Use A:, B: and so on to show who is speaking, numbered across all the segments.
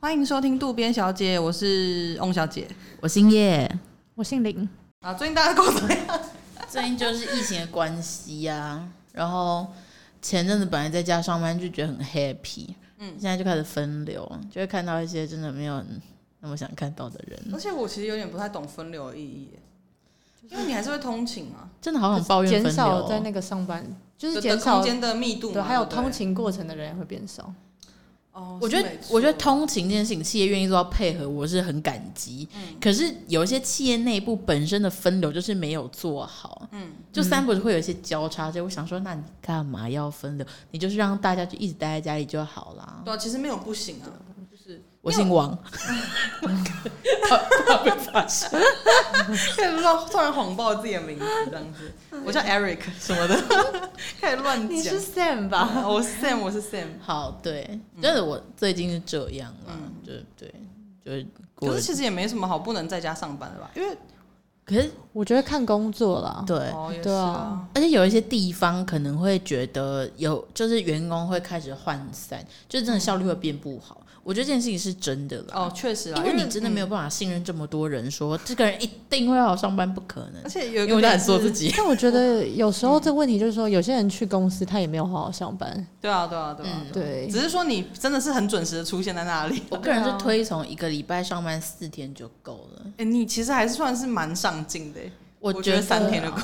A: 欢迎收听渡边小姐，我是翁小姐。
B: 我姓叶，
C: 我姓林，
A: 啊，最近大家过 得怎么样？
B: 最近就是疫情的关系呀、然后前阵子本来在家上班就觉得很 happy，嗯，现在就开始分流，就会看到一些真的没有那么想看到的人，
A: 而且我其实有点不太懂分流的意义耶，因为你还是会通勤啊，
B: 真的好想抱怨
C: 减
B: 分流
C: 少在
B: 哦、
C: 那个上班，就
A: 的
C: 是
A: 的
C: 减
A: 空
C: 少
A: 间的密度嘛，
C: 对，还有
A: 对不对
C: 通。勤过程的人也会变少。
A: 哦，
B: 我觉得
A: 是没，错
B: 我觉得 通勤这件事情，企业愿意做到配合，我是很感激。可是有一些企业内部本身的分流就是没有做好，嗯，就三不是会有一些交叉，所以我想说，那你干嘛要分流？你就是让大家就一直待在家里就好啦。
A: 对啊，其实没有不行啊，
B: 我姓王，怕被发现。
A: 开始乱突然谎报自己的名字这样子，我叫 Eric 什么的，开始乱
C: 你
A: 讲
C: 是。Sam 吧？
A: 啊我是 Sam，我是 Sam。
B: 好，对，就是我最近是这样啦，就对，就是
A: 嗯
B: 过
A: 可
B: 了
A: 是其实也没什么好不能在家上班的吧？因为
B: 可是
C: 我觉得看工作啦，
B: 对，
A: 哦，也是
C: 对啊
A: 啊，
B: 而且有一些地方可能会觉得有，就是员工会开始涣散，就真的效率会变不好。我觉得这件事情是真的啦，
A: 嗯哦，确实啊，
B: 因为你真的没有
A: 嗯。
B: 办法信任这么多人说，这个人一定会好上班，不可能
A: 而。且有一
B: 因
A: 个
B: 为我在
A: 点
B: 很 做
A: 是
B: 自己，
C: 但我觉得有时候这问题就是说，有些人去公司他也没有好好上班，
A: 对啊，对啊，对啊
B: 嗯，
C: 对，
A: 只是说你真的是很准时的出现在那 里。
B: 我个人是推崇一个礼拜上班四天就够了。
A: 哎、你其实还是算是蛮上进的欸，
B: 我
A: 觉得三天就够，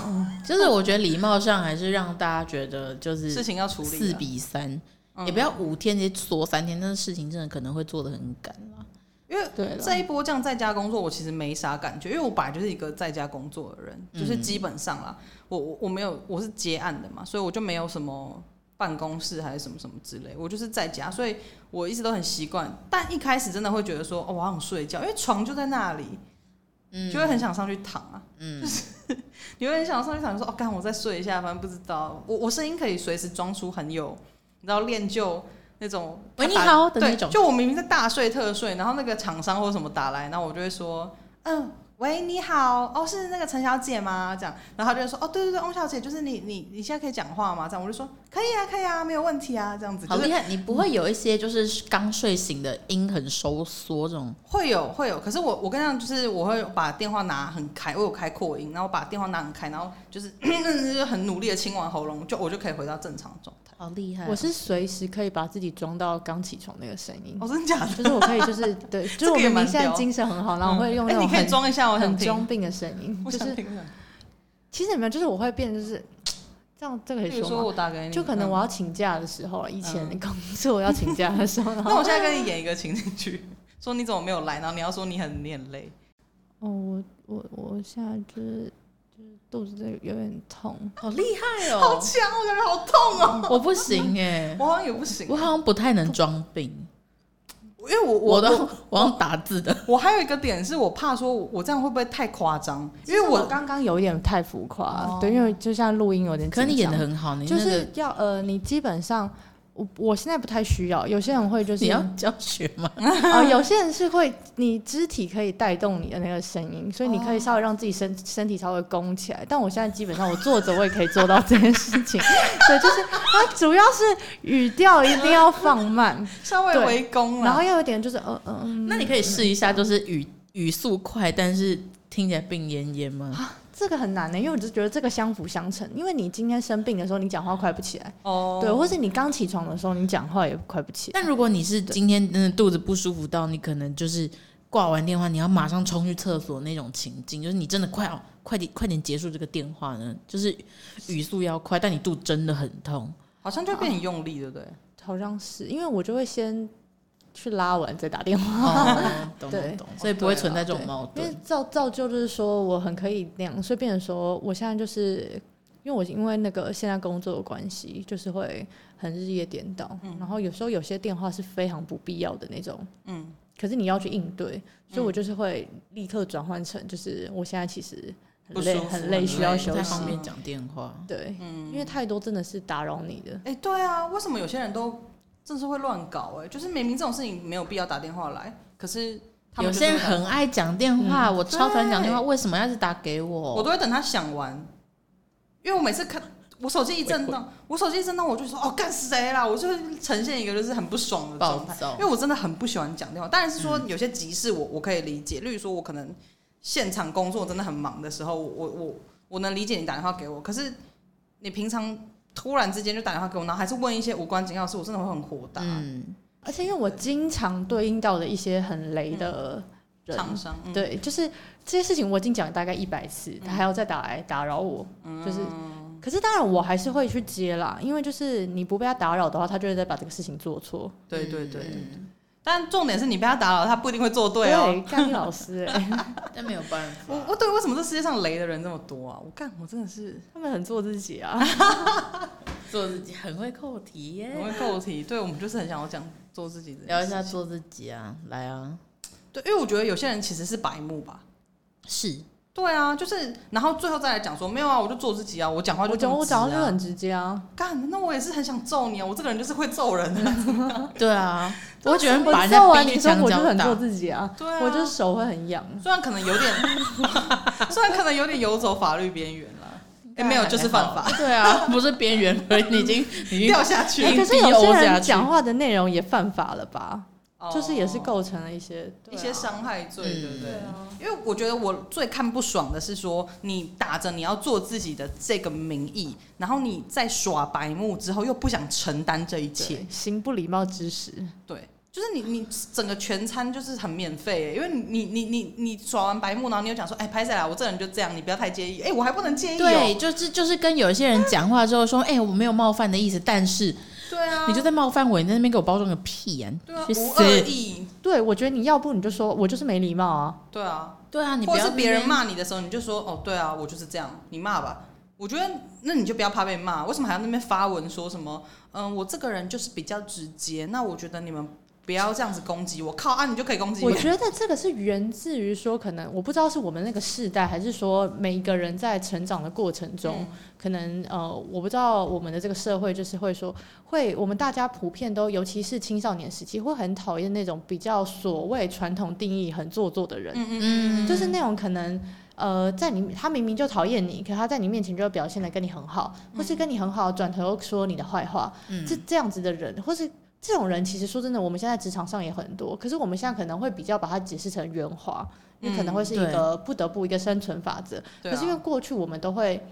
B: 就是我觉得礼貌上还是让大家觉得就
A: 事
B: 是
A: 情要处理
B: 四
A: 啊。
B: 比三，也不要五天直接缩三天，但是事情真的可能会做的很赶啦。
A: 因为
C: 对了，
A: 这一波这样在家工作，我其实没啥感觉，因为我本来就是一个在家工作的人，
B: 嗯
A: 就是基本上啦，我我我没有我是接案的嘛，所以我就没有什么办公室还是什么什么之类，我就是在家，所以我一直都很习惯。但一开始真的会觉得说，哦，我好想睡觉，因为床就在那里，
B: 嗯
A: 就会很想上去躺啊，就是 你会很想上去躺，说哦，干，我再睡一下，反正不知道，我我声音可以随时装出很有，你知道练就那种
B: 喂
A: 他打
B: 你好的
A: 对，
B: 那种
A: 就我明明在大睡特睡，然后那个厂商或什么打来，然后我就会说，嗯。喂，你好，哦，是那个陈小姐吗？这样，然后他就说，哦，对对对，翁小姐，就是你，你，你现在可以讲话吗？这样，我就说，可以啊，可以啊，没有问题啊，这样子，
B: 好
A: 就是
B: 厉害！你不会有一些就是刚睡醒的音很收缩这种，
A: 会有会有，可是我我跟你讲，就是我会把电话拿很开，我有开扩音，然后把电话拿很开，然后就是 就是很努力的清完喉咙，就我就可以回到正常的状态。
B: 好厉害！哦
C: 我是随时可以把自己装到刚起床那个声音，
A: 哦，真的假的？
C: 就是我可以就是 对，就
A: 这
C: 是
A: 个
C: 我
A: 也
C: 明
A: 蛮
C: 明现在
A: 屌
C: 精神很好，然后我会用那
A: 哎
C: 种
A: 你可以
C: 很
A: 装一下，我想
C: 很
A: 听，
C: 装病的声音，
A: 我
C: 就
A: 想
C: 是
A: 听。我想听
C: 其实也没有，就是我会变，就是这样，这个可
A: 比
C: 以
A: 如
C: 说
A: 说
C: 吗？
A: 我打给你，
C: 就可能我
A: 嗯。
C: 要请假的时候，啊以前
B: 嗯
C: 工作要请假的 时候，然
A: 那
C: 后
A: 我现在跟你演一个情景剧， 说你怎么没有来，然后你要说你很你很累，
C: 哦，我我我现在就是就是肚子这里有点痛，
B: 好厉害
A: 好
B: 哦！
A: 强，我感觉好痛哦，
B: 我不行哎、
A: 我好像也不行
B: 我，好像不太能装病，
A: 因为我
B: 我
A: 我
B: 都我好像打字的。
A: 我还有一个点是我怕说我我这样会不会太夸张，因为我
C: 刚刚有一点太浮夸，对，因为就像录音有点
B: 哦
C: 紧
B: 可
C: 张，
B: 是你演的很好，你那
C: 就
B: 个、
C: 是要呃，你基本上。我我现在不太需要，有些人会就是
B: 你要教学吗？
C: 啊、有些人是会，你肢体可以带动你的那个声音，所以你可以稍微让自己身身体稍微弓起来。但我现在基本上我坐着我也可以做到这件事情，对，就是 它主要是语调一定要放慢，
A: 稍微
C: 对
A: 围攻啊
C: 然
A: 了
C: 后。要有点就是嗯嗯，
B: 那你可以试一下，就是语语速快，但是听起来病恹恹吗？
C: 这个很难的、因为我只是觉得这个相辅相成，因为你今天生病的时候你讲话快不起来，
A: 哦，
C: 对，或是你刚起床的时候你讲话也快不起来，
B: 但如果你是今天真的肚子不舒服到你可能就是挂完电话，你要马上冲去厕所那种情境，就是你真的快要快点快点结束这个电话呢，就是语速要快，但你肚子真的很 痛。
A: 好像就变很用力，对不对？
C: 好像是因为我就会先去拉完再打电话。
B: 哦，懂
C: 对
B: 懂懂，所以不会存在这种
C: 对
B: 矛
C: 因为
B: 盾。
C: 造造就就是说我很可以那样，所以变成说我现在就是因为我因为那个现在工作的关系，就是会很日夜颠倒，然后有时候有些电话是非常不必要的那种，
A: 嗯，
C: 可是你要去应对，所以我就是会立刻转换成就是我现在其实
A: 不
C: 很
A: 舒
C: 累
A: 服
C: 很
A: 很
C: 累
A: 累
C: 需要
B: 不
C: 休
B: 太
C: 息
B: 方，便讲电话。
C: 对，
A: 嗯
C: 因为太多真的是打扰你的。
A: 哎、对啊，为什么有些人都真是会乱搞、哎，就是明明这种事情没有必要打电话来，可是他们就
B: 有
A: 是
B: 些人很爱讲电
C: 嗯
B: 话，我超讨厌讲电话，为什么要一直打给
A: 我
B: 我？
A: 都会等他想完，因为我每次看我手机一震动，我手机一震动，我就说哦，干死谁啦！我就会呈现一个就是很不爽的状态
B: 暴躁，
A: 因为我真的很不喜欢讲电话。当然是说有些急事我我可以理解，例如说我可能现场工作真的很忙的时候，我我我我能理解你打电话给我，可是你平常突然之间就打电话给我，然后还是问一些无关紧要的事，我真的会很火大，
B: 嗯，
C: 而且因为我经常对应到的一些很雷的人，
A: 厂商、嗯、
C: 对，就是这些事情我已经讲了大概一百次，他还要再打来打扰我，
A: 嗯
C: 就是。可是当然，我还是会去接啦，因为就是你不被他打扰的话，他就会再把这个事情做错。
A: 对对对。但重点是你被他打扰，他不一定会做对哦。
C: 对，干你老师、欸，
B: 但没有办法，
A: 我我对为什么这世界上雷的人这么多啊？我干，我真的是
C: 他们很做自 己啊。
B: 做自己很会扣题
A: 很
B: 耶，
A: 会扣题。对，我们就是很想要讲做自己的。
B: 聊一下做自己啊，来啊，
A: 对，因为我觉得有些人其实是白目吧。
B: 是
A: 对啊，就是然后最后再来讲说没有啊，我就做自己啊，我讲话就
C: 我
A: 这
C: 讲
A: 么
C: 我
A: 直啊
C: 讲话就很直接啊，
A: 干，那我也是很想揍你啊！我这个人就是会揍人的。
B: 对啊，
C: 我
B: 我觉得把人
C: 揍
B: 家
C: 完
B: 逼
C: 你
B: 去
C: 之后，
B: 墙
C: 我就
B: 角
C: 很
B: 打，
C: 做自己啊，
A: 对啊，
C: 我就是手会很痒。
A: 虽然可能有点， 虽然可能有点游走法律边缘了，哎、没有，就是犯 法，
B: 对啊，不是边缘，而已你已经你已经
A: 掉下去。
C: 欸可是
B: 硬逼
C: 有些
B: 我下
C: 人
B: 去
C: 讲话的内容也犯法了吧？
A: 哦
C: 就是也是构成了一些啊
A: 一些。伤害罪，
B: 嗯
A: 对不对
B: 啊对？
A: 因为我觉得我最看不爽的是说，你打着你要做自己的这个名义，然后你在耍白目之后又不想承担这一切
C: 且，行不礼貌之实，
A: 对。就是你，你整个全餐就是很免费耶，因为你，你，你，你你耍完白目，然后你又讲说，哎、拍下来，我这人就这样，你不要太介意。哎、我还不能介意、哦。
B: 对，就是就是跟有一些人讲话之后说，哎、我没有冒犯的意思，但是
A: 对啊，
B: 你就在冒犯我，你在那边给我包装个屁呀、
A: 对啊，
B: 去
A: 无恶
B: 死！
A: 意，
C: 对我觉得你要不你就说我就是没礼貌啊，
A: 对啊，
B: 对啊，你不
A: 或者
B: 要
A: 是别人
B: 骂。
A: 骂你的时候，你就说，哦，对啊，我就是这样，你骂吧。我觉得那你就不要怕被骂，为什么还要那边发文说什么？嗯，我这个人就是比较直接，那我觉得你们不要这样子攻击我，靠啊，你就可以攻击
C: 我
A: 我。
C: 觉得这个是源自于说，可能我不知道是我们那个世代，还是说每一个人在成长的过程中，
B: 嗯
C: 可能呃，我不知道我们的这个社会就是会说，会我们大家普遍都，尤其是青少年时期，会很讨厌那种比较所谓传统定义很做作的人，
B: 嗯，
C: 就是那种可能。呃，在你他明明就讨厌你，可他在你面前就会表现的跟你很好，或
B: 嗯
C: 是跟你很好，转头又说你的坏话，
A: 嗯
C: 这这样子的人，或是这种人，其实说真的，我们现在职场上也很多，可是我们现在可能会比较把它解释成圆滑，因为可能会是一
B: 对
C: 个不得不一个生存法则。
A: 嗯对
C: 可是因为
A: 啊，
C: 过去我们都会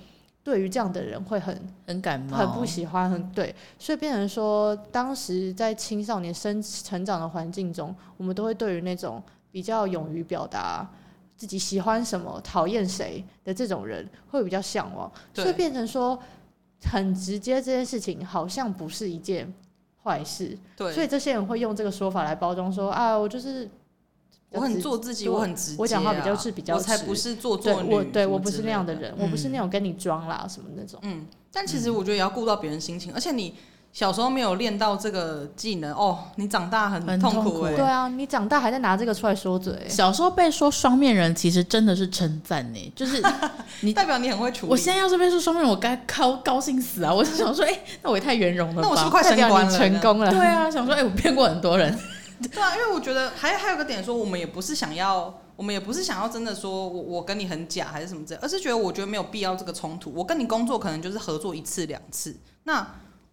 C: 对于这样的人会很
B: 很感冒，
A: 哦
C: 很不喜欢，很对，所以变成说，当时在青少年生成长的环境中，我们都会对于那种比较勇于表达自己喜欢什么、讨厌谁的这种人，会比较向往，
A: 对
C: 所以变成说，很直接这件事情好像不是一件坏事，所
A: 对，啊
C: 以这些人会用这个说法来包装说啊，我就是
A: 我很做自己，
C: 对
A: 我很直接啊、
C: 我讲话比较直比较
A: 我才
C: 直
A: 不是做
C: 对
A: 作女，
C: 我对
A: 什么
C: 我不
A: 之
C: 是那
A: 类
C: 样的
A: 的
C: 人，我不是那种跟你装啦什么那种。
A: 嗯，但其实我觉得也要顾到别人心情，而且你小时候没有练到这个技能，哦，你长大
B: 很
A: 很痛
B: 痛苦
A: 苦哎、
C: 对啊，你长大还在拿这个出来说嘴，
B: 小时候被说双面人，其实真的是称赞呢。就是你
A: 代表你很会处理。
B: 我现在要是被说双面人，我该高高兴死啊！我是想说，哎、那我也太圆融了吧？
A: 那我是不是快
C: 代
A: 升
C: 表
A: 官
C: 你
A: 了？
C: 成功了。
B: 对啊，想说，哎、我骗过很多人，
A: 对啊，因为我觉得还还有个点说，我们也不是想要，我们也不是想要真的说我我跟你很假还是什么之类，而是觉得我觉得没有必要这个冲突。我跟你工作可能就是合作一次两次，那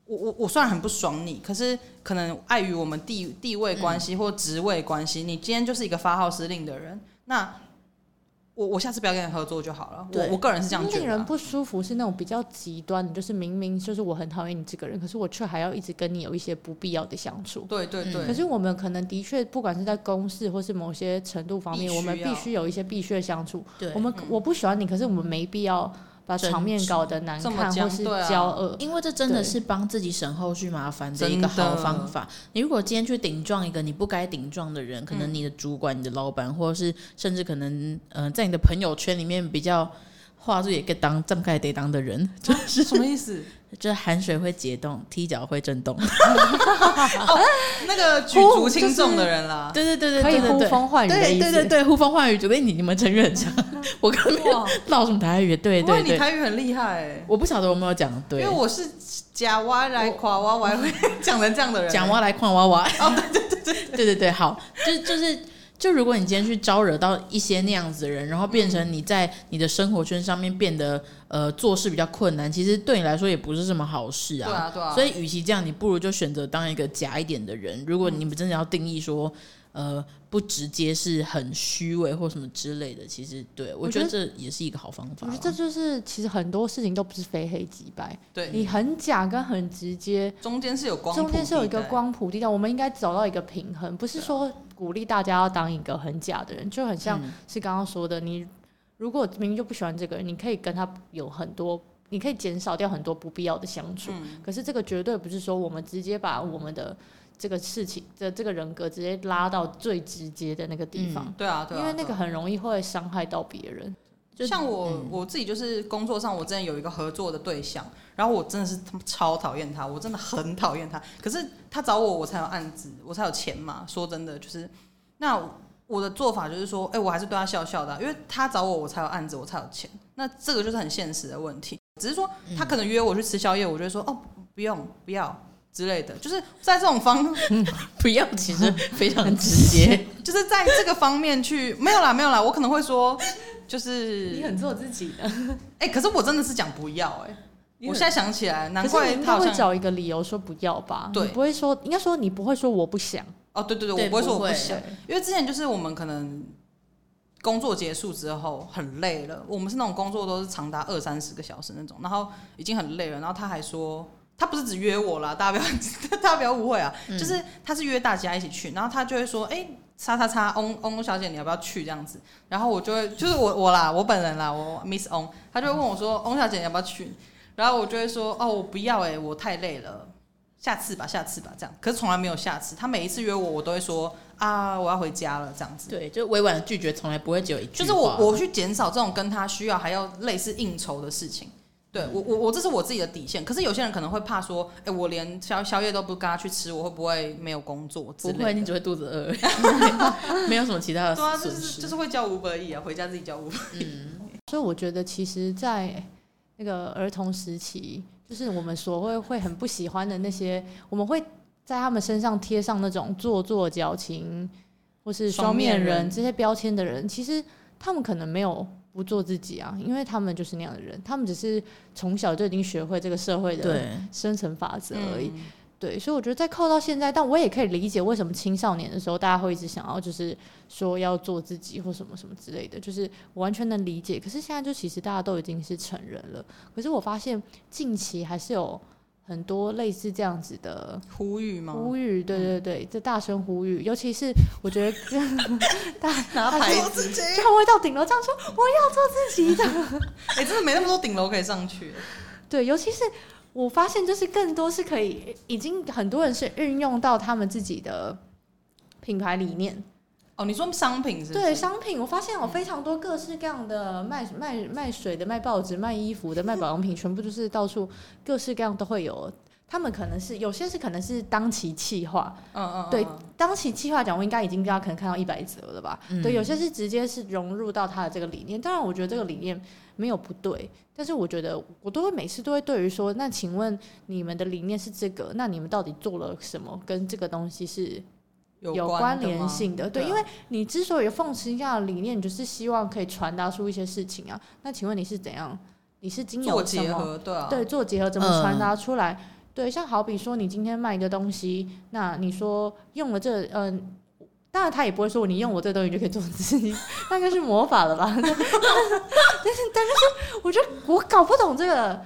A: 我我我虽然很不爽你，可是可能碍于我们地地位关系或职位关系，你今天就是一个发号施令的人，那我我下次不要跟你合作就好了。我
B: 对
A: 我个人是这样觉啊
C: 令
A: 得啊、
C: 人不舒服是那种比较极端的，就是明明就是我很讨厌你这个人，可是我却还要一直跟你有一些不必要的相处。
A: 对对对，
C: 可是我们可能的确，不管是在公事或是某些程度方
A: 必
C: 面，
A: 须
C: 我们
A: 要嗯
C: 必须有一些必须的相处。
B: 对
C: 我们我不喜欢你，可是我们没必要把
B: 争
C: 场面搞得难
A: 这么
C: 看
A: 僵
C: 或是
A: 对啊
C: 骄傲。
B: 因为这真的
C: 对
B: 是帮自己省后续麻烦的
A: 真
B: 一个好
A: 的
B: 方法。你如果今天去顶撞一个你不该顶撞的人，可能你的主管、你的老板，或者是甚至可能呃，在你的朋友圈里面比较话术也该当这么该得当的 人，
A: 是 什么意思？
B: 就是汗水会解冻，踢脚会震动。
A: 那个举足轻重的人啦，
B: 对对对对
C: 可以
B: 对
C: 呼
B: 对对。
C: 风唤雨的
B: 对
C: 意
B: 对对
C: 思。
B: 对，呼风唤雨，觉得你你们成语很 强，我刚刚
A: 哇，
B: 唠什么台语？对
A: 不过
B: 对
A: 你
B: 对，
A: 台语很厉害哎、
B: 我不晓得我有没有讲
A: 因
B: 对
A: 为，我是假挖来垮挖，我还会讲成这样的人。
B: 讲，蛙来矿娃娃。哦，对对对对对对对，好，就是就是就如果你今天去招惹到一些那样子的人，然后变成你在你的生活圈上面变得呃做事比较困难，其实对你来说也不是什么好事
A: 对啊，对啊，
B: 所以，与其这样，你不如就选择当一个假一点的人。如果你们真的要定义说，呃，不直接是很虚伪或什么之类的，其实对我
C: 我
B: 觉得
C: 觉得
B: 这也是一个好方法
C: 我觉
B: 啦。
C: 得这就是其实很多事情都不是非黑即白，
A: 对，
C: 你很假跟很直接，
A: 中间是有光，
C: 中间是有一个，光谱地带，我们应该找到一个平衡，不是
A: 啊
C: 说鼓励大家要当一个很假的人，就很像
B: 嗯
C: 是刚刚说的，你如果明明就不喜欢这个人，你可以跟他有很多，你可以减少掉很多不必要的相处，
A: 嗯，
C: 可是这个绝对不是说我们直接把我们的这个事情的这个人格直接拉到最直接的那个地方，
A: 对啊，对啊，
C: 因为那
A: 对
C: 个
A: 啊
C: 很容易会伤害到别人。
B: 就
A: 像我、
B: 嗯
A: 我自己就是工作上，我之前有一个合作的对象，然后我真的是他妈超讨厌他，我真的很讨厌他。可是他找我，我才有案子，我才有钱嘛。说真的，就是那我的做法就是说，哎、我还是对他笑笑的啊、因为他找我，我才有案子，我才有钱。那这个就是很现实的问题。只是说
B: 嗯
A: 他可能约我去吃宵夜，我就会说哦，不用不要之类的，就是在这种方
B: 不要，其实非常直接。
A: 就是在这个方面去没有啦没有啦，我可能会说就是
C: 做自己的，
A: 哎、可是我真的是讲不要哎、
B: 你
A: 我
B: 很
A: 现在想起来，难
C: 可是你
A: 怪
C: 应
A: 他
C: 该
A: 好
C: 会
A: 像
C: 找一个理由说不要吧？
A: 对
C: 你不会说，应该说你不会说我不想，
A: 哦，对对对，
B: 对
A: 我不会说我
B: 不会
A: 不想，因为之前就是我们可能工作结束之后很累了，我们是那种工作都是长达二三十个小时那种，然后已经很累了，然后他还说。他不是只约我啦，大家不要 大家不要误会啊，就是他是约大家一起去，然后他就会说，哎、叉叉叉翁翁小姐你要不要去这样子，然后我就会就是我我啦，我本人啦，我 Miss 翁，他就会问我说，翁小姐你要不要去，然后我就会说，哦我不要哎、我太累了，下次吧下次吧这样，可是从来没有下次，他每一次约我我都会说啊我要回家了这样子，
B: 对，就委婉的拒绝，从来不会只有一句
A: 就是我
B: 话
A: 我去减少这种跟他需要还要类似应酬的事情。对我我我这是我自己的底线，可是有些人可能会怕说，哎、我连宵宵夜都不跟他去吃，我会不会没有工作之
B: 不
A: 类的？
B: 会，你只会肚子饿而已，没有 什么其他的
A: 对啊，就
B: 损
A: 是
B: 失。
A: 就是会叫五百亿啊，回家自己叫五百。
C: 所以我觉得其实，在那个儿童时期，就是我们所谓会很不喜欢的那些，我们会在他们身上贴上那种做作、矫情或是
A: 双
C: 双面
A: 面
C: 人
A: 人
C: 这些标签的人，其实他们可能没有。不做自己啊，因为他们就是那样的人，他们只是从小就已经学会这个社会的
B: 对，
C: 生存法则而已。
A: 嗯
C: 对，所以我觉得再扣到现在，但我也可以理解为什么青少年的时候大家会一直想要就是说要做自己或什么什么之类的，就是我完全能理解。可是现在就其实大家都已经是成人了，可是我发现近期还是有很多类似这样子的
A: 呼吁吗？
C: 呼吁，对对对，这大声呼吁，尤其是我觉得 大拿
A: 他说自己，
C: 就很会到顶楼这样说我要做自己的，
A: 哎、真的没那么多顶楼可以上去。
C: 对，尤其是我发现，就是更多是可以，已经很多人是运用到他们自己的品牌理念。
A: 哦，你说商品是不是？嗯
C: 对商品，我发现有非常多各式各样的卖卖卖水的、卖报纸、卖衣服的、卖保养品，全部就是到处各式各样都会有。他们可能是有些是可能是当期企划，
A: 嗯，嗯嗯，
C: 对
A: 嗯
C: 当期计划奖，我应该已经大家可能看到一百则了吧？
B: 嗯
C: 对，有些是直接是融入到他的这个理念。当然，我觉得这个理念没有不对，但是我觉得我都会每次都会对于说，那请问你们的理念是这个，那你们到底做了什么，跟这个东西是有
A: 关
C: 关
A: 的吗
C: 联性的？对，
A: 对啊
C: 因为你之所以奉持这样的理念，你就是希望可以传达出一些事情啊。那请问你是怎样？你是经
A: 做
C: 由什
A: 结
C: 么？
A: 合，对啊，
C: 对，做结合怎
B: 嗯
C: 么传达出来？对，像好比说你今天卖一个东西，那你说用了这，嗯、当然他也不会说你用我这东西就可以做自己， 那就是魔法了吧？ 但是，但是我觉得我搞不懂这个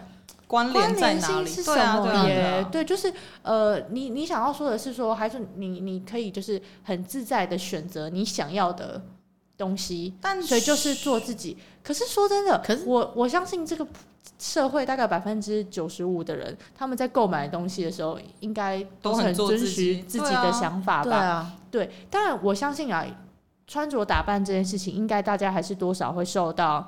A: 关
C: 关
A: 联在
C: 联
A: 哪
C: 性
A: 里？
C: 是什
A: 对啊，对啊，
C: 么
A: 对
C: 耶
A: 啊？
C: 对，就是呃，你你想要说的是说，还是你你可以就是很自在的选择你想要的东西，
A: 但
C: 所以就是做自己。可是说真的，
B: 可是
C: 我我相信这个社会大概百分之九十五的人，他们在购买东西的时候，应该
A: 都
C: 是
A: 很
C: 很
A: 做
C: 遵
A: 自己
C: 循自己
A: 对啊
C: 的想法
B: 对
C: 吧？
B: 啊，
C: 对，当然我相信啊，穿着打扮这件事情，应该大家还是多少会受到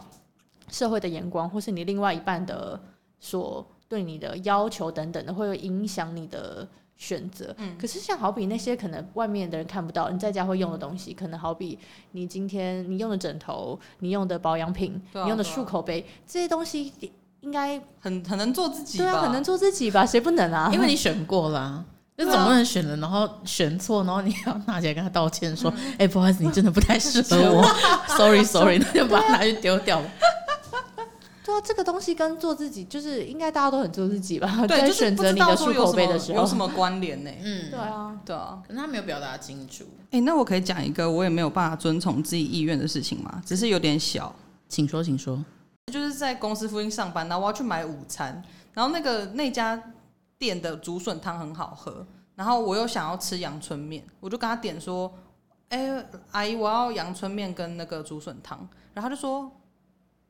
C: 社会的眼光，或是你另外一半的所对你的要求等等的，会影响你的选择。
A: 嗯
C: 可是像好比那些可能外面的人看不到，你在家会用的东西，可能好比你今天你用的枕头、你用的保养品、
A: 对啊
C: 你用的
A: 对啊
C: 漱口杯这些东西。应该
A: 很很能做自己
C: 对
A: 吧？
C: 啊，很能做自己吧？谁不能啊？
B: 因为你选过啦。
A: 啊
B: 就总不能选了，然后选错，然后你还要拿起来跟他道歉说：“
A: 嗯
B: 哎、不好意思，你真的不太适合 我 ，sorry sorry。”那就把它拿去丢掉吧。
C: 对啊，这个东西跟做自己，就是应该大家都很做自己吧？
A: 对，
C: 啊在
A: 就是
C: 选
A: 不
C: 择
A: 知
C: 你
A: 道
C: 的
A: 说
C: 漱
A: 有
C: 口
A: 什
C: 杯
A: 么
C: 的时
A: 有
C: 候
A: 什，么关联呢？
B: 嗯
C: 对，啊，
A: 对啊，
B: 可是他没有表达清楚，
A: 哎、那我可以讲一个我也没有办法遵从自己意愿的事情吗？只是有点小，
B: 请说，请说。
A: 就是在公司附近上班，然后我要去买午餐，然后那个那家店的竹笋汤很好喝，然后我又想要吃阳春面，我就跟他点说：“哎、阿姨，我要阳春面跟那个竹笋汤。”然后他就说：“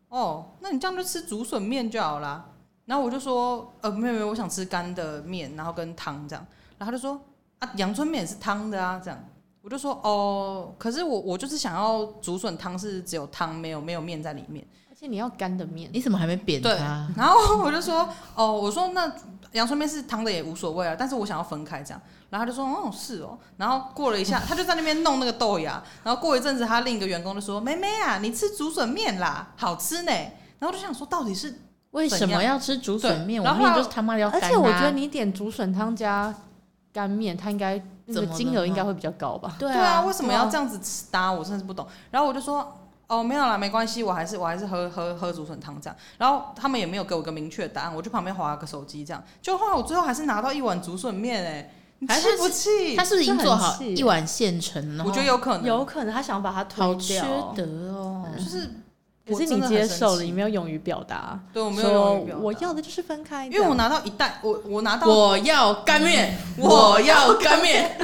A: 哦，那你这样就吃竹笋面就好啦。”然后我就说：“呃，没有没有，我想吃干的面，然后跟汤这样。”然后他就说：“啊，阳春面也是汤的啊，这样。”我就说哦，可是我我就是想要竹笋汤是只有汤没有没有面在里面，
C: 而且你要干的面，
A: 嗯
B: 你怎么还没扁
A: 对
B: 他？
A: 然后我就说，哦，我说那阳春面是汤的也无所谓啊，但是我想要分开这样。然后他就说，哦，是哦。然后过了一下，他就在那边弄那个豆芽。然后过一阵子，他另一个员工就说，妹妹啊，你吃竹笋面啦，好吃呢。然后我就想说，到底是
B: 为什么要吃竹笋面？
A: 对
B: 我
A: 然后
B: 面就是他妈的要
C: 而
B: 干、啊。
C: 且我觉得你点竹笋汤加干面，它应该那
B: 怎
C: 个
B: 么了
C: 金额应该
B: 吗
C: 会比较高吧？
B: 对
A: 对啊，为什么要这样子吃搭？我真的是不懂。然后我就说，哦，没有啦，没关系，我还是我还是喝喝喝竹笋汤这样。然后他们也没有给我个明确答案，我去旁边划个手机这样。就后来我最后还是拿到一碗竹笋面、哎，你
B: 还是
A: 气不气
B: 他？是不是已经做好
C: 这很气
B: 一碗现成？然
A: 我
B: 后
A: 觉 得有可能，
C: 有可能他想把它推
B: 好缺
C: 掉，
B: 德哦。
A: 就是
C: 可
A: 我
C: 是
A: 真
C: 你
A: 的很
C: 接
A: 生
C: 受了，
A: 气
C: 你没有勇于表达，
A: 嗯对我没有
C: 说
A: 勇于表达
C: 我要的就是分开
A: 因
C: 这样，
A: 为我拿到一袋，我我拿到我
B: 我要干面，
A: 我
B: 我要 干面。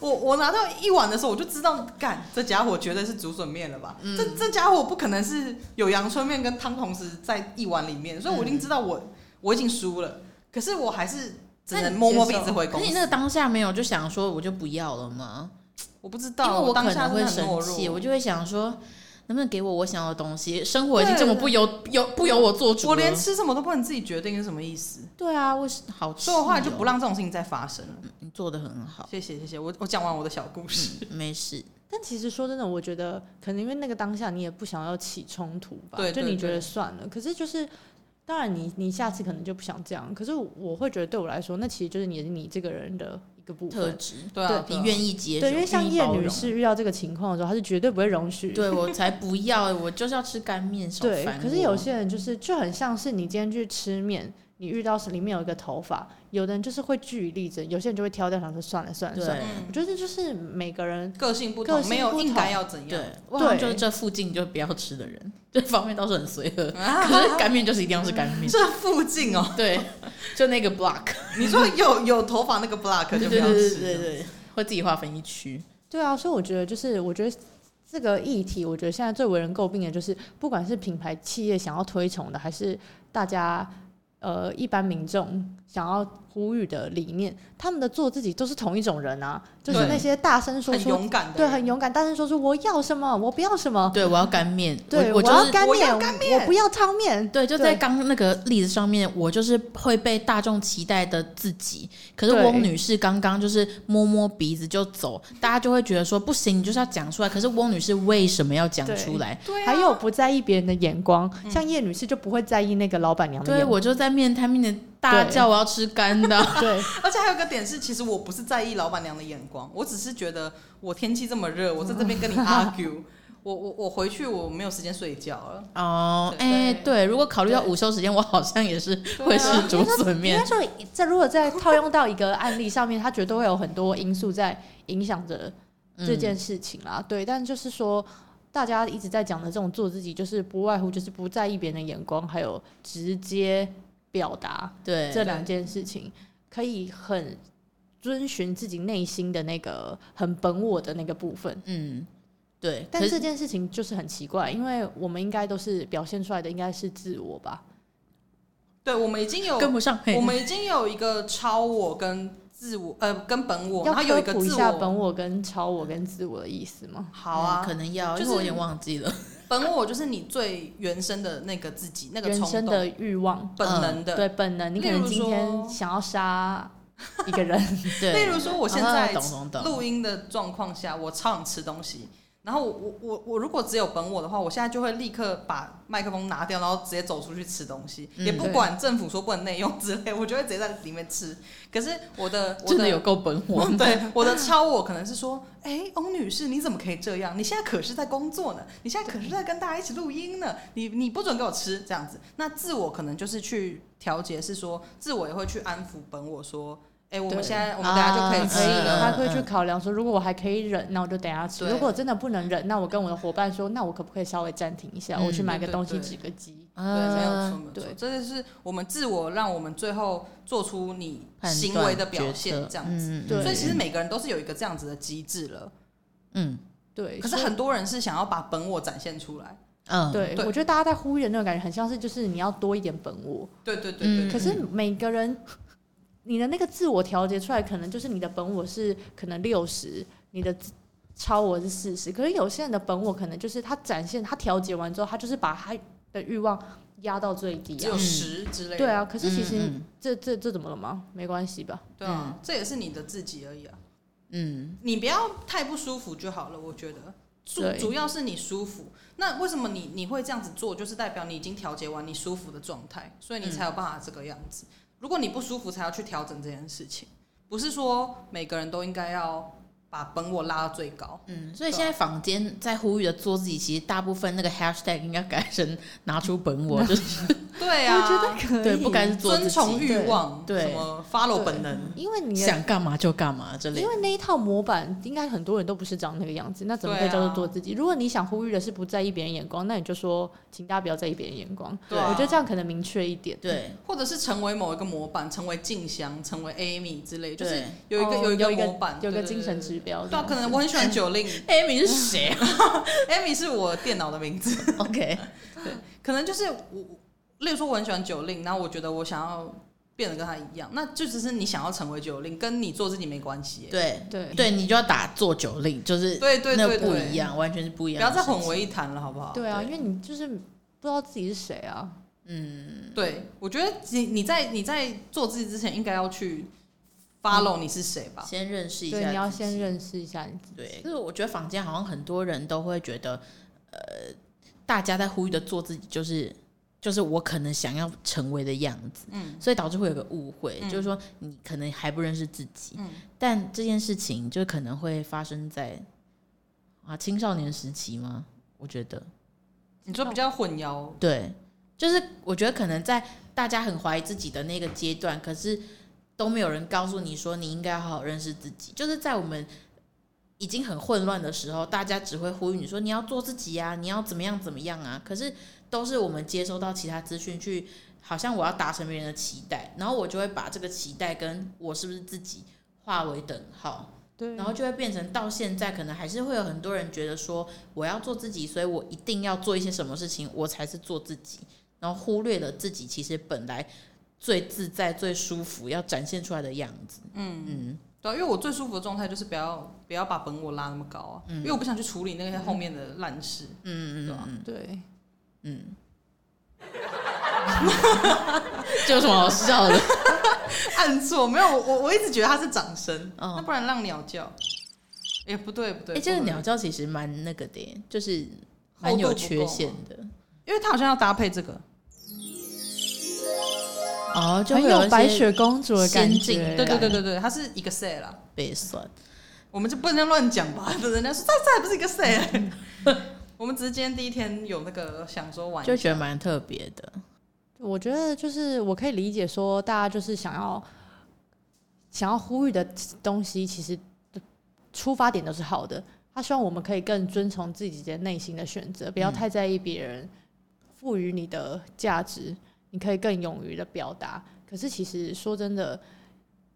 A: 我拿到一碗的时候，我就知道，干这家伙绝对是竹笋面了吧？这这家伙不可能是有阳春面跟汤同时在一碗里面，所以我已经知道我、我已经输了，可是我还是只能摸摸鼻子回
B: 可
A: 公
B: 是你
A: 司。
B: 那个当下没有就想说我就不要了吗？
A: 我不知
B: 因
A: 道，
B: 为我可
A: 当下
B: 能会
A: 真的很
B: 生
A: 懦
B: 气，
A: 弱，
B: 我就会想说能不能给我我想要的东西？生活已经这么
A: 对
B: 不由由不由我做主了，
A: 我连啊吃什么都不能自己决定是什么意思，
B: 对啊，我是好吃
A: 所
B: 哦，
A: 以我后来就不让这种事情再发生了。
B: 你做的很好，
A: 谢谢谢谢，我我讲完我的小故事。
B: 没事。
C: 但其实说真的，我觉得可能因为那个当下你也不想要起冲突吧，
A: 对
C: 就
A: 对
C: 你觉
A: 对
C: 得算了。可是就是，当然你你下次可能就不想这样。可是我会觉得对我来说，那其实就是你你这个人的一个部
B: 特
C: 分。
B: 质，
A: 对啊，
B: 你
A: 啊
B: 愿意接受，
C: 对，因为像
B: 愿意
C: 叶
B: 包
C: 女
B: 容，
C: 士遇到这个情况的时候，她是绝对不会容许。
B: 对我才不要，我就是要吃干面，少
C: 对
B: 烦
C: 可是
B: 我
C: 有些人就是就很像是你今天去吃面，你遇到是里面有一个头发，有的人就是会据理力争，有些人就会挑掉，想说算了算了算了。
A: 嗯
B: 对
C: 我觉得这就是每个人
A: 个性不
C: 个
A: 同，
C: 性
A: 没
C: 不
A: 有应该
C: 同
A: 要怎样。
B: 对，我好像
C: 对
B: 就是这附近就不要吃的人， 这方面倒是很随 和，
A: 啊
B: 可是干面就是一定要是干面，
A: 这附近哦，
B: 对，就那个 block，
A: 你说有有头发那个 block 就
B: 对
A: 不
B: 对
A: 要
B: 对
A: 吃。
B: 对对，会自己划分一区，
C: 对啊，所以我觉得就是，我觉得这个议题，我觉得现在最为人诟病的就是，不管是品牌企业想要推崇的，还是大家呃一般民众想要呼吁的理念，他们的做自己都是同一种人啊，就是
B: 对
C: 那些大声说
A: 很
C: 出
A: 勇敢的，
C: 对很。啊勇敢，大声说出我要什么，我不要什么，
B: 对我要干面，
C: 对
B: 我就
C: 要
B: 是。
C: 干
A: 我
C: 面，
A: 要
C: 我
A: 干面
C: 不要汤面，
B: 对，就在刚那个例子上面，我就是会被大众期待的自己。可是
C: 对
B: 翁女士刚刚就是摸摸鼻子就走，大家就会觉得说不行，你就是要讲出来。可是翁女士为什么要讲出来？
A: 对、啊，嗯
C: 还有不在意别人的眼光，像叶女士就不会在意那个老板娘的
B: 对，
C: 眼光，
B: 我就在面摊面前大
C: 对
B: 叫我要吃干 的。
C: 对，
A: 而且还有一个点是，其实我不是在意老板娘的眼光，我只是觉得我天气这么热，我在这边跟你 argue，我我我回去我没有时间睡觉了。
B: 哦，
A: 对
B: 哎、
A: 对
B: 对，如果考虑到
A: 对
B: 午休时间，我好像也是会吃竹笋
C: 应
B: 面
C: 该。说，在如果在套用到一个案例上面，它绝对会有很多因素在影响着
A: 嗯
B: 嗯
C: 这件事情啦。对，但就是说，大家一直在讲的这种做自己，就是不外乎就是不在意别人的眼光，还有直接表达
B: 对，
C: 这两件事情，可以很遵循自己内心的那个很本我的那个部分。
B: 嗯，对。
C: 但
B: 可
C: 这
B: 是
C: 件事情就是很奇怪，因为我们应该都是表现出来的应该是自我吧？
A: 对，我们已经有
B: 跟不上，
A: 我们已经有一个超我跟自我，呃，跟本我，
C: 要
A: 然后有一
C: 科
A: 个
C: 普一
A: 自
C: 下
A: 我。
C: 本我跟超我跟自我的意思吗？
A: 好啊，
B: 嗯可能要，
A: 就
B: 因为我有
A: 是
B: 点忘记 了。
A: 本我就是你最原生的那个自己，那个
C: 人
A: 冲
C: 生
A: 动、
C: 的欲望，
A: 本能
B: 嗯
A: 的。
C: 对本能，你可
A: 例
C: 能
A: 如
C: 今天
A: 说
C: 想要杀 一个人，
B: 对，
A: 例如说，我现
B: 啊
A: 在
B: 懂懂懂，
A: 录音的状况下，我超想吃东西，然后我我我我如果只有本我的话，我现在就会立刻把麦克风拿掉，然后直接走出去吃东西，
B: 嗯
A: 也不管政府说不能内用之类，我就会直接在里面吃。可是我的我。
B: 真的有够本我
A: 对，我的超我可能是说，哎、翁女士，你怎么可以这样？你现在可是在工作呢，你现在可是在跟大家一起录音呢，你你不准给我吃这样子。那自我可能就是去调节，是说自我也会去安抚本我说，哎、我们
C: 对
A: 现在我们等下就可以
B: 啊
A: 吃
C: 可以
A: 了。
C: 的，
B: 嗯
C: 他会
B: 嗯
C: 去考量说，如果我还可以忍，那我就等下吃；
A: 对
C: 如果真的不能忍，那我跟我的伙伴说，那我可不可以稍微暂停一下，我去
B: 嗯
C: 买个
A: 对
C: 东西
A: 对
C: 止个饥？
A: 对，没有错，
B: 啊
A: 没有
C: 对
A: 错，这就是我们自我让我们最后做出你
B: 判
A: 行
B: 断
A: 为的表
B: 决
A: 现
B: 策
A: 这样子。
B: 嗯
C: 对
A: 所以其实每个人都是有一个这样子的机制了，
B: 嗯
C: 对，
A: 可是
C: 所以
A: 很多人是想要把本我展现出来。
B: 嗯，
C: 对，
A: 对
C: 我觉得大家在呼吁的那种感觉，很像是就是你要多一点本我，
A: 对对对对
B: 嗯
A: 对，
C: 可是每个人你的那个自我调节出来，可能就是你的本我是可能六十，你的自超我是四十，可是有些人的本我可能就是他展现他调节完之后，他就是把他的欲望压到最低
A: 只
C: 啊
A: 有
B: 嗯。
A: 十之类的。
C: 对啊，可是其实
B: 嗯
C: 这这这怎么了吗？没关系吧？
A: 对啊，这也是你的自己而已啊。
B: 嗯
A: 你不要太不舒服就好了，我觉得主
C: 对
A: 主要是你舒服。那为什么你你会这样子做，就是代表你已经调节完你舒服的状态，所以你才有办法这个样子。如果你不舒服，才要去调整这件事情，不是说每个人都应该要把本我拉到最高。
B: 嗯，所以现在
A: 啊
B: 坊间在呼吁的做自己，其实大部分那个 hashtag 应该改 成拿出本我，就是
A: 对
C: 我
A: 啊，
C: 觉得可以，
B: 对，不该是做
A: 遵
B: 自
A: 从
B: 己，
A: 欲望，
B: 对
A: 什么 follow
C: 对
A: 本能，
C: 因为你的
B: 想干嘛就干嘛之类
C: 因
B: 的。
C: 为那一套模板，应该很多人都不是长那个样子，那怎么可
A: 对
C: 以
A: 啊
C: 叫做做自己？如果你想呼吁的是不在意别人眼光，那你就说，请大家不要在意别人眼光。
A: 对啊
C: 我觉得这样可能明确一点。
B: 对，
A: 或者是成为某一个模板，成为静香，成为 Amy 之类，就是
B: 对
A: 有一个、
C: 哦
A: 有
C: 有
A: 一个
C: 一个
A: 模板，
C: 有
A: 对
C: 个
A: 对
C: 精
A: 对
C: 神
A: 对
C: 指标。
A: 对啊，可能我很喜欢九令
B: Amy 是谁 啊
A: ，Amy 是我电脑的名字，
B: 哦？OK，
A: 可能就是我，例如说我很喜欢九令，然后我觉得我想要变得跟他一样，那就只是你想要成为九令，跟你做自己没关系耶。
B: 对
C: 对
B: 对，你就要打做酒令，就是
A: 对对
B: 那
A: 对
B: 不
A: 对
B: 一样，完全是不一
A: 不
B: 样。
A: 要再混为一。谈了，好不好？
C: 对啊，
B: 对
C: 因为你就是不知道自己是谁啊。
B: 嗯，
A: 对，我觉得你你在你在做自己之前，应该要去 follow 你是谁吧？
B: 先认识一下，
C: 对，你要先。认识一下你自己。
B: 对，就是我觉得坊间好像很多人都会觉得，呃，大家在呼吁的做自己，就是就是我可能想要成为的样子，
A: 嗯
B: 所以导致会有个误会，
A: 嗯
B: 就是说你可能还不认识自己，
A: 嗯，
B: 但这件事情就可能会发生在啊青少年时期吗？我觉得，
A: 你说比较混淆，
B: 对，就是我觉得可能在大家很怀疑自己的那个阶段，可是都没有人告诉你说你应该好好认识自己。就是在我们已经很混乱的时候，大家只会呼吁你说你要做自己啊，你要怎么样怎么样啊。可是都是我们接收到其他资讯去，好像我要达成别人的期待，然后我就会把这个期待跟我是不是自己化为等号。
C: 对，
B: 然后就会变成到现在，可能还是会有很多人觉得说，我要做自己，所以我一定要做一些什么事情，我才是做自己，然后忽略了自己其实本来最自在、最舒服要展现出来的样子。嗯
A: 对啊、因为我最舒服的状态就是不要不要把本我拉那么高啊，因为我不想去处理那些后面的烂事。
B: 嗯嗯
A: 对啊
B: 嗯嗯
C: 对，
B: 嗯， 这嗯有什么好笑的？
A: 按错，没有我我我一直觉得它是掌声，
B: 哦
A: 那不然让鸟叫。哎、不对不
B: 哎、
A: 对，
B: 这个
A: 不对
B: 鸟，叫其实蛮那个的耶，就是
A: 厚
B: 蛮
A: 度
B: 有
A: 不
B: 缺
A: 够
B: 陷
A: 吗
B: 的。
A: 因为它好像要搭配这个，
B: 哦，就
C: 很
B: 会有
C: 有
B: 一
C: 白
B: 些
C: 雪公主的
B: 先
C: 感
B: 进
C: 觉。
A: 对对
B: 感
A: 对对对，它是一个 set 啦，
B: 被算。
A: 我们就不能乱讲 吧，人家说这这还不是一个 set，我 们只是今天第一天有那个想说玩，
B: 就觉得蛮特别的。
C: 我觉得就是我可以理解说，大家就是想要想要呼吁的东西，其实出发点都是好的。他希望我们可以更遵从自己的内心的选择，不要太在意别人赋予你的价值，你可以更勇于的表达。可是其实说真的，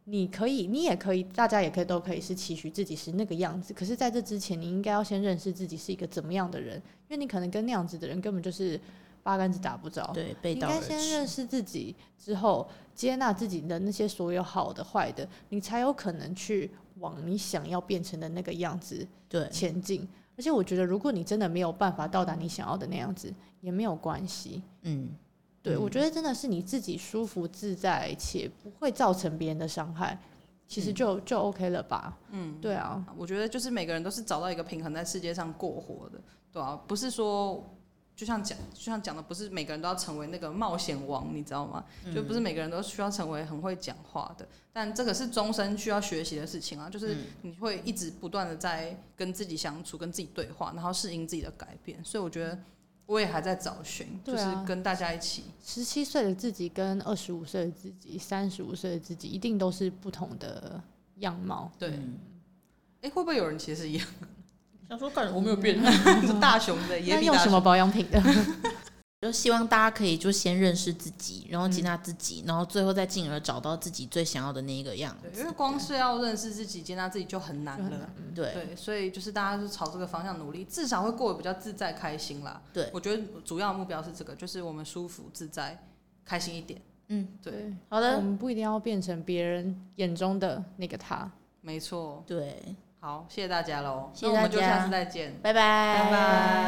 C: 你可以，你也可以，大家也可以都可以是期许自己是那个样子。可是在这之前，你应该要先认识自己是一个怎么样的人，因为你可能跟那样子的人根本就是八竿子打不着。
B: 对，背
C: 应
B: 道而
C: 该
B: 驰。
C: 先认识自己，之后接纳自己的那些所有好的、坏的，你才有可能去往你想要变成的那个样子
B: 对，
C: 前进。而且我觉得，如果你真的没有办法到达你想要的那样子，也没有关系。
B: 嗯，
C: 对、
B: 嗯
C: 我觉得真的是你自己舒服自在，且不会造成别人的伤害。其实就就 OK 了吧？
A: 嗯，
C: 对啊，
A: 我觉得就是每个人都是找到一个平衡，在世界上过活的，对啊，不是说就像讲，就像讲的，不是每个人都要成为那个冒险王，你知道吗？就
C: 嗯
A: 不是每个人都需要成为很会讲话的，但这个是终身需要学习的事情啊，就是
C: 嗯
A: 你会一直不断的在跟自己相处，跟自己对话，然后适应自己的改变，所以我觉得。我也还在找寻，就
C: 对
A: 是
C: 啊
A: 跟大家一起，
C: 十七岁的自己跟二十五岁的自己、三十五岁的自己，一定都是不同的样貌。
A: 对，哎、会不会有人其实也
B: 想说感觉我没有变，
A: 大熊的也
C: 那
A: 比
C: 用
A: 大
C: 什
A: 熊
C: 么保养品的？
B: 就希望大家可以就先认识自己，然后接纳自己，然后最后再进而找到自己最想要的那一个样
A: 对，因
B: 子
A: 为。光是要认识自己、接纳自己就很难
C: 就很
A: 了。
B: 对
A: 对，所以就是大家就朝这个方向努力，至少会过得比较自在、开心啦。
B: 对
A: 我觉得主要目标是这个，就是我们舒服、自在、开心一点。
B: 嗯，
A: 对，，
B: 好
C: 我
B: 的，
C: 们不一定要变成别人眼中的那个他。
A: 没错。
B: 对，
A: 好，谢谢大家喽，
B: 谢
A: 那
B: 谢
A: 我
B: 大
A: 们就
B: 家
A: 下次再见，
B: 拜拜，
A: 拜拜。